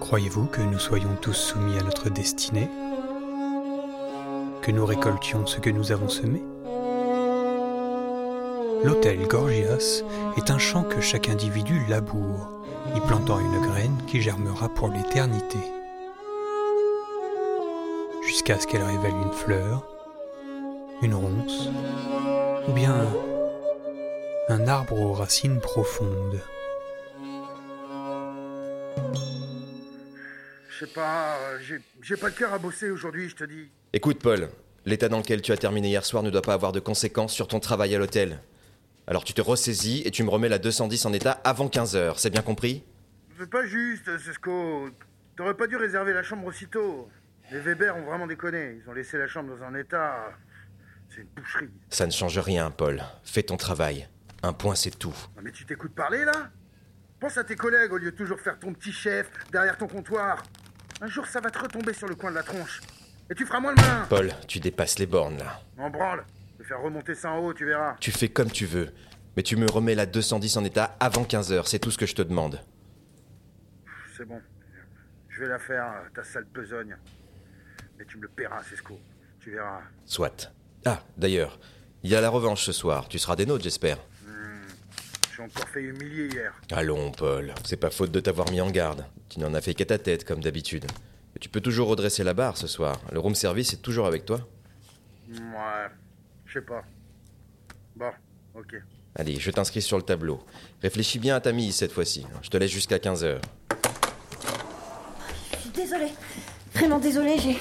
Croyez-vous que nous soyons tous soumis à notre destinée Que nous récoltions ce que nous avons semé L'hôtel Gorgias est un champ que chaque individu laboure, y plantant une graine qui germera pour l'éternité. Jusqu'à ce qu'elle révèle une fleur, une ronce, ou bien un arbre aux racines profondes. Je sais pas, euh, j'ai- j'ai pas le cœur à bosser aujourd'hui, je te dis. Écoute, Paul, l'état dans lequel tu as terminé hier soir ne doit pas avoir de conséquences sur ton travail à l'hôtel. Alors tu te ressaisis et tu me remets la 210 en état avant 15h, c'est bien compris C'est pas juste, Cesco. T'aurais pas dû réserver la chambre aussitôt. Les Weber ont vraiment déconné. Ils ont laissé la chambre dans un état. C'est une boucherie. Ça ne change rien, Paul. Fais ton travail. Un point, c'est tout. Non, mais tu t'écoutes parler, là Pense à tes collègues au lieu de toujours faire ton petit chef derrière ton comptoir. Un jour, ça va te retomber sur le coin de la tronche. Et tu feras moins le malin. Paul, tu dépasses les bornes là. En branle. Je vais faire remonter ça en haut, tu verras. Tu fais comme tu veux, mais tu me remets la 210 en état avant 15h, c'est tout ce que je te demande. C'est bon. Je vais la faire, euh, ta sale besogne. Mais tu me le paieras, Cesco. Tu verras. Soit. Ah, d'ailleurs, il y a la revanche ce soir, tu seras des nôtres, j'espère. J'ai encore fait humilier hier. Allons, Paul, c'est pas faute de t'avoir mis en garde. Tu n'en as fait qu'à ta tête, comme d'habitude. Mais tu peux toujours redresser la barre ce soir, le room service est toujours avec toi. Ouais, je sais pas. Bon, ok. Allez, je t'inscris sur le tableau. Réfléchis bien à ta mise cette fois-ci, je te laisse jusqu'à 15h. Je suis désolée. Vraiment désolée, j'ai.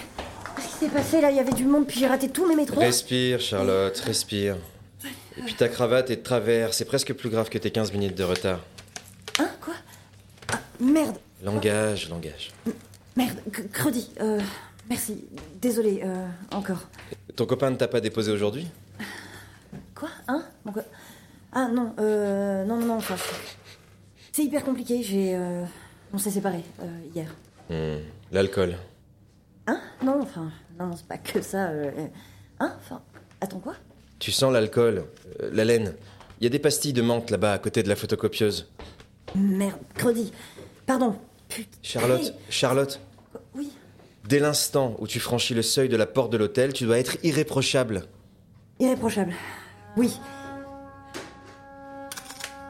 Qu'est-ce qui s'est passé là Il y avait du monde, puis j'ai raté tous mes métros. Respire, Charlotte, respire. Et puis ta cravate est de travers, c'est presque plus grave que tes 15 minutes de retard. Hein Quoi Ah, Merde Langage, langage. Merde C- Credi, euh. Merci. Désolée, euh. Encore. Ton copain ne t'a pas déposé aujourd'hui Quoi Hein Mon co- Ah non, euh. Non, non, non, enfin. c'est- C'est hyper compliqué, j'ai. euh, On s'est séparés, euh, hier. Hmm, L'alcool. Hein Non, enfin. Non, c'est pas que ça. euh, euh, Hein Enfin. Attends quoi Tu sens l'alcool, euh, la laine. Il y a des pastilles de menthe là-bas à côté de la photocopieuse. Merde, Credi. Pardon. Putain. Charlotte, Charlotte, Oui. dès l'instant où tu franchis le seuil de la porte de l'hôtel, tu dois être irréprochable. Irréprochable. Oui.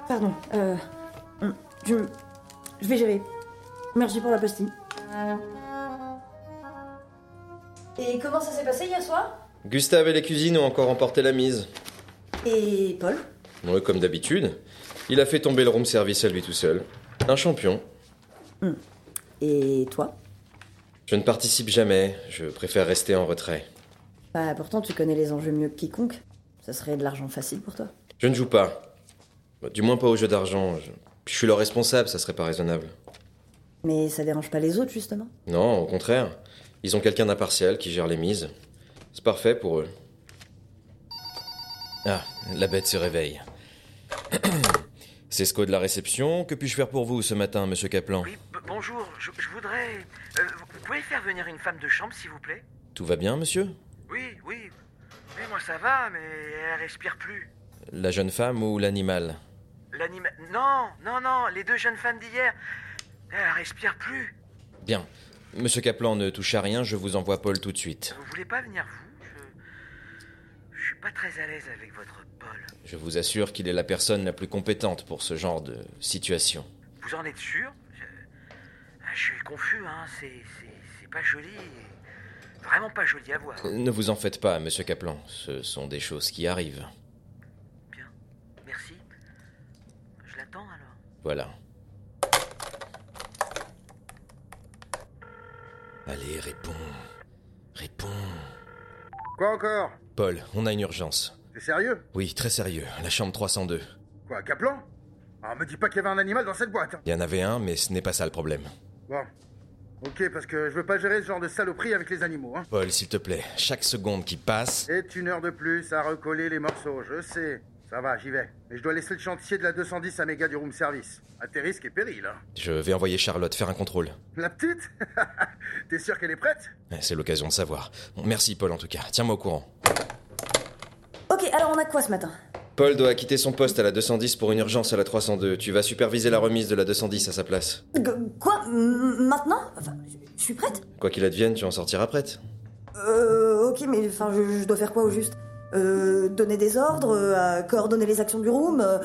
Pardon. Euh, je, je vais gérer. Merci pour la pastille. Et comment ça s'est passé hier soir Gustave et les cuisines ont encore emporté la mise. Et Paul Ouais, comme d'habitude. Il a fait tomber le room service à lui tout seul. Un champion. Et toi Je ne participe jamais, je préfère rester en retrait. Bah pourtant tu connais les enjeux mieux que quiconque. Ça serait de l'argent facile pour toi. Je ne joue pas. Bah, Du moins pas au jeu d'argent. Je... je suis leur responsable, ça serait pas raisonnable. Mais ça dérange pas les autres justement. Non, au contraire. Ils ont quelqu'un d'impartial qui gère les mises. C'est parfait pour eux. Ah, la bête se réveille. C'est Sco de la réception. Que puis-je faire pour vous ce matin, monsieur Kaplan Oui, b- bonjour, je, je voudrais... euh, vous pouvez faire venir une femme de chambre, s'il vous plaît Tout va bien, monsieur Oui, oui. Oui, moi ça va, mais elle respire plus. La jeune femme ou l'animal L'anime... Non, non, non, les deux jeunes femmes d'hier, elle respire plus. Bien. Monsieur Kaplan ne touche à rien, je vous envoie Paul tout de suite. Vous voulez pas venir, vous je... je suis pas très à l'aise avec votre Paul. Je vous assure qu'il est la personne la plus compétente pour ce genre de situation. Vous en êtes sûr je... ah, je suis confus, hein, c'est... c'est- c'est pas joli. et Vraiment pas joli à voir. Ne vous en faites pas, monsieur Kaplan. Ce sont des choses qui arrivent. Bien, merci. Je l'attends alors. Voilà. Allez, réponds. Réponds. Quoi encore Paul, on a une urgence. T'es sérieux Oui, très sérieux. La chambre 302. Quoi, Caplan Ah, me dis pas qu'il y avait un animal dans cette boîte. hein. Il y en avait un, mais ce n'est pas ça le problème. Bon. Ok, parce que je veux pas gérer ce genre de saloperie avec les animaux, hein. Paul, s'il te plaît, chaque seconde qui passe... C'est une heure de plus à recoller les morceaux, je sais. Ça va, j'y vais. Mais je dois laisser le chantier de la 210 à mes gars du room service. À tes risques et périls, hein. Je vais envoyer Charlotte faire un contrôle. La petite T'es sûr qu'elle est prête Eh, C'est l'occasion de savoir. Bon, merci Paul en tout cas. Tiens-moi au courant. Ok, alors on a quoi ce matin Paul doit quitter son poste à la 210 pour une urgence à la 302. Tu vas superviser la remise de la 210 à sa place. Qu- Quoi M- Maintenant Enfin, je- Je suis prête Quoi qu'il advienne, tu en sortiras prête. Euh, ok, mais enfin, je, je dois faire quoi au juste euh, Donner des ordres, euh, coordonner les actions du room, euh,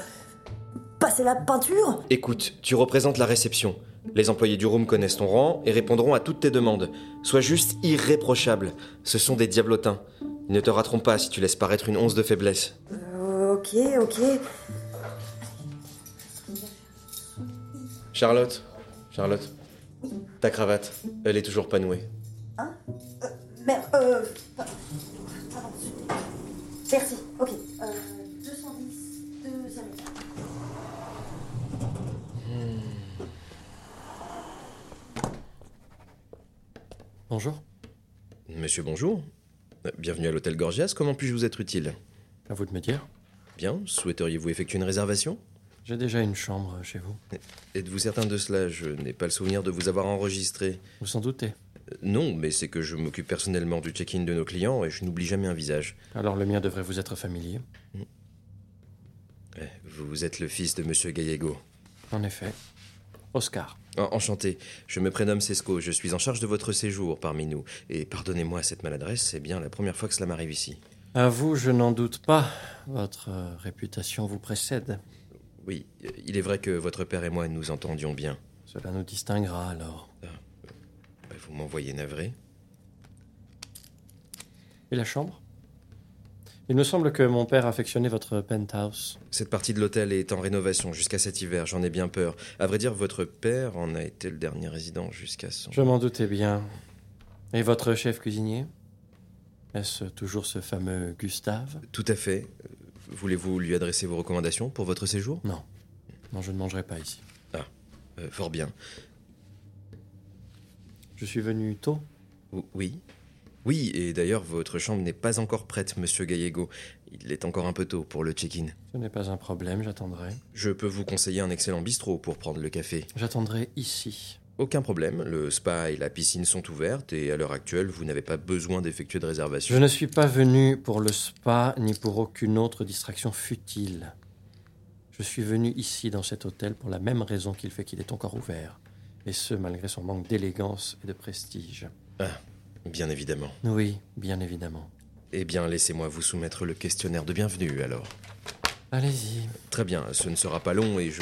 passer la peinture Écoute, tu représentes la réception. Les employés du room connaissent ton rang et répondront à toutes tes demandes. Sois juste irréprochable. Ce sont des diablotins. Ils ne te rateront pas si tu laisses paraître une once de faiblesse. Euh, Ok, ok. Charlotte, Charlotte, ta cravate, elle est toujours pas nouée. Mais, euh... pa- pardon. Merci, ok. Euh, 210, deuxième étage. Bonjour. Monsieur, bonjour. Euh, Bienvenue à l'hôtel Gorgias, comment puis-je vous être utile À vous de me dire. Bien, souhaiteriez-vous effectuer une réservation J'ai déjà une chambre chez vous. Êtes-vous certain de cela Je n'ai pas le souvenir de vous avoir enregistré. Vous s'en doutez. Euh, Non, mais c'est que je m'occupe personnellement du check-in de nos clients et je n'oublie jamais un visage. Alors le mien devrait vous être familier. Euh, Vous êtes le fils de Monsieur Gallego. En effet. Oscar. En- Enchanté, je me prénomme Sesco, je suis en charge de votre séjour parmi nous. Et pardonnez-moi cette maladresse, c'est bien la première fois que cela m'arrive ici. À vous, je n'en doute pas. Votre euh, réputation vous précède. Oui, euh, il est vrai que votre père et moi nous entendions bien. Cela nous distinguera alors. Bah, Vous m'envoyez navré Et la chambre Il me semble que mon père affectionnait votre penthouse. Cette partie de l'hôtel est en rénovation jusqu'à cet hiver, j'en ai bien peur. À vrai dire, votre père en a été le dernier résident jusqu'à son... Je m'en doutais bien. Et votre chef cuisinier Est-ce toujours ce fameux Gustave Tout à fait. Euh, Voulez-vous lui adresser vos recommandations pour votre séjour Non. Non, je ne mangerai pas ici. Euh, Fort bien. Je suis venu tôt. O- Oui Oui, et d'ailleurs, votre chambre n'est pas encore prête, monsieur Gallego. Il est encore un peu tôt pour le check-in. Ce n'est pas un problème, j'attendrai. Je peux vous conseiller un excellent bistrot pour prendre le café. J'attendrai ici. Aucun problème, le spa et la piscine sont ouvertes et à l'heure actuelle, vous n'avez pas besoin d'effectuer de Je réservation. ne suis pas venu pour le spa ni pour aucune autre distraction futile. Je suis venu ici dans cet hôtel pour la même raison qu'il fait qu'il est encore ouvert. Et ce, malgré son manque d'élégance et de prestige. Bien évidemment. Oui, bien évidemment. Eh bien, laissez-moi vous soumettre le questionnaire de bienvenue alors. Allez-y. Très bien, ce ne sera pas long et je,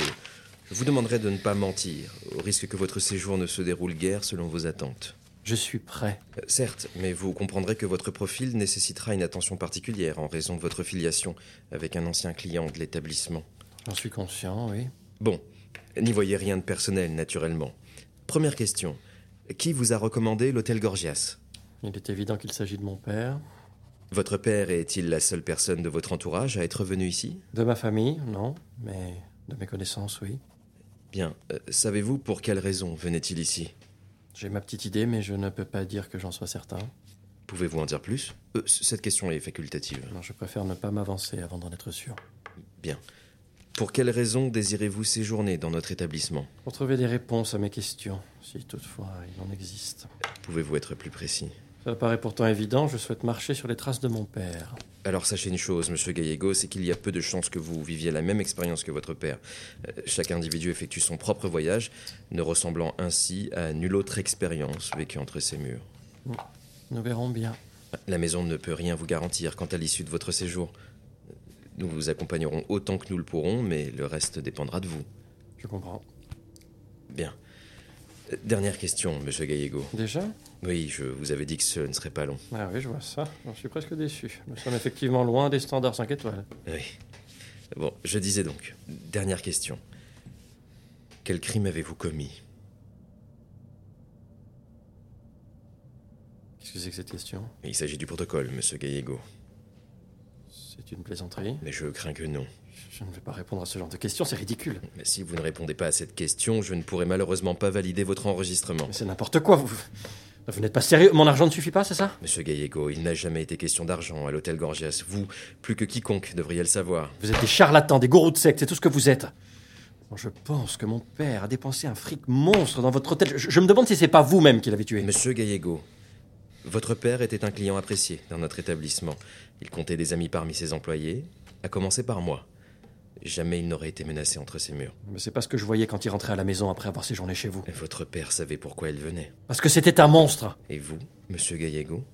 je vous demanderai de ne pas mentir, au risque que votre séjour ne se déroule guère selon vos attentes. Je suis prêt. Euh, certes, mais vous comprendrez que votre profil nécessitera une attention particulière en raison de votre filiation avec un ancien client de l'établissement. J'en suis conscient, oui. Bon, n'y voyez rien de personnel, naturellement. Première question. Qui vous a recommandé l'hôtel Gorgias Il est évident qu'il s'agit de mon père. Votre père est-il la seule personne de votre entourage à être venue ici De ma famille, non. Mais de mes connaissances, oui. Bien. Euh, Savez-vous pour quelle raison venait-il ici J'ai ma petite idée, mais je ne peux pas dire que j'en sois certain. Pouvez-vous en dire plus Euh, c- Cette question est facultative. Non, je préfère ne pas m'avancer avant d'en être sûr. Bien. Pour quelle raison désirez-vous séjourner dans notre établissement Pour trouver des réponses à mes questions, si toutefois il en existe. Pouvez-vous être plus précis Ça paraît pourtant évident, je souhaite marcher sur les traces de mon père. Alors sachez une chose, monsieur Gallego, c'est qu'il y a peu de chances que vous viviez la même expérience que votre père. Euh, chaque individu effectue son propre voyage, ne ressemblant ainsi à nulle autre expérience vécue entre ces murs. Nous verrons bien. La maison ne peut rien vous garantir quant à l'issue de votre séjour. Nous vous accompagnerons autant que nous le pourrons, mais le reste dépendra de vous. Je comprends. Bien. Euh, Dernière question, monsieur Gallego. Déjà Oui, je vous avais dit que ce ne serait pas long. Ah oui, je vois ça. J'en suis presque déçu. Nous sommes effectivement loin des standards 5 étoiles. Euh, Oui. Bon, je disais donc. Dernière question. Quel crime avez-vous commis Qu'est-ce que c'est que cette question Il s'agit du protocole, monsieur Gallego. C'est une plaisanterie. Mais je crains que non. Je ne vais pas répondre à ce genre de questions, c'est ridicule. Mais si vous ne répondez pas à cette question, je ne pourrai malheureusement pas valider votre enregistrement. Mais c'est n'importe quoi, vous. Vous n'êtes pas sérieux Mon argent ne suffit pas, c'est ça Monsieur Gallego, il n'a jamais été question d'argent à l'hôtel Gorgias. Vous, plus que quiconque, devriez le savoir. Vous êtes des charlatans, des gourous de secte, c'est tout ce que vous êtes. Bon, Je pense que mon père a dépensé un fric monstre dans votre hôtel. Je, je me demande si c'est pas vous-même qui l'avez tué. Monsieur Gallego, votre père était un client apprécié dans notre établissement. Il comptait des amis parmi ses employés, à commencer par moi. Jamais il n'aurait été menacé entre ces murs. Mais c'est pas ce que je voyais quand il rentrait à la maison après avoir séjourné chez vous. Votre père savait pourquoi il venait. Parce que c'était un monstre. Et vous, monsieur Gallego,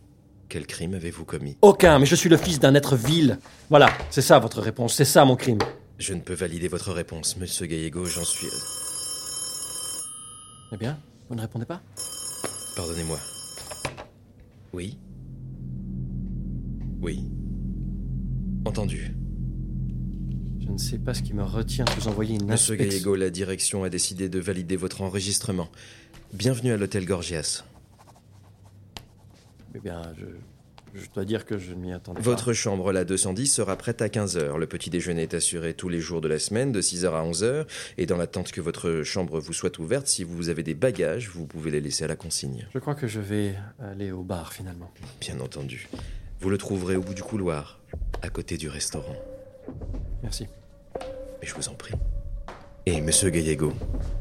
quel crime avez-vous commis Aucun, mais je suis le fils d'un être vil. Voilà, c'est ça votre réponse, c'est ça mon crime. Je ne peux valider votre réponse, monsieur Gallego, j'en suis. Eh bien, vous ne répondez pas Pardonnez-moi. Oui Oui. Entendu. Je ne sais pas ce qui me retient de vous envoyer une Monsieur inspection. Gallego, la direction a décidé de valider votre enregistrement. Bienvenue à l'hôtel Gorgias. Eh bien, je, je dois dire que je ne m'y attendais pas. Votre chambre, la 210, sera prête à 15h. Le petit déjeuner est assuré tous les jours de la semaine, de 6h à 11h. Et dans l'attente que votre chambre vous soit ouverte, si vous avez des bagages, vous pouvez les laisser à la consigne. Je crois que je vais aller au bar finalement. Bien entendu. Vous le trouverez au bout du couloir, à côté du restaurant. Merci. Mais je vous en prie. Et monsieur Gallego,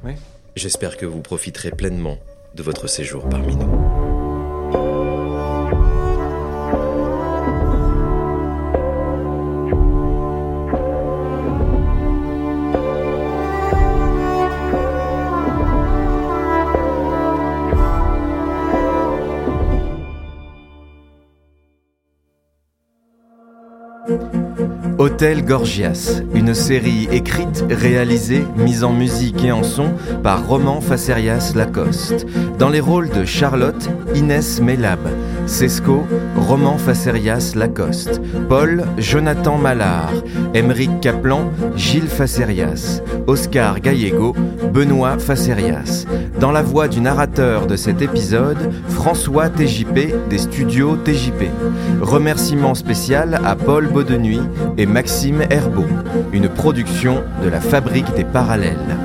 Oui j'espère que vous profiterez pleinement de votre séjour parmi nous. Hôtel Gorgias, une série écrite, réalisée, mise en musique et en son par Roman Facerias Lacoste. Dans les rôles de Charlotte, Inès Mellab, Cesco, Roman Facerias Lacoste, Paul, Jonathan Mallard, Émeric Kaplan, Gilles Facerias, Oscar Gallego, Benoît Facerias. Dans la voix du narrateur de cet épisode, François TJP des studios TJP. Remerciement spécial à Paul Baudenuy et Maxime Herbeau, une production de la Fabrique des Parallèles.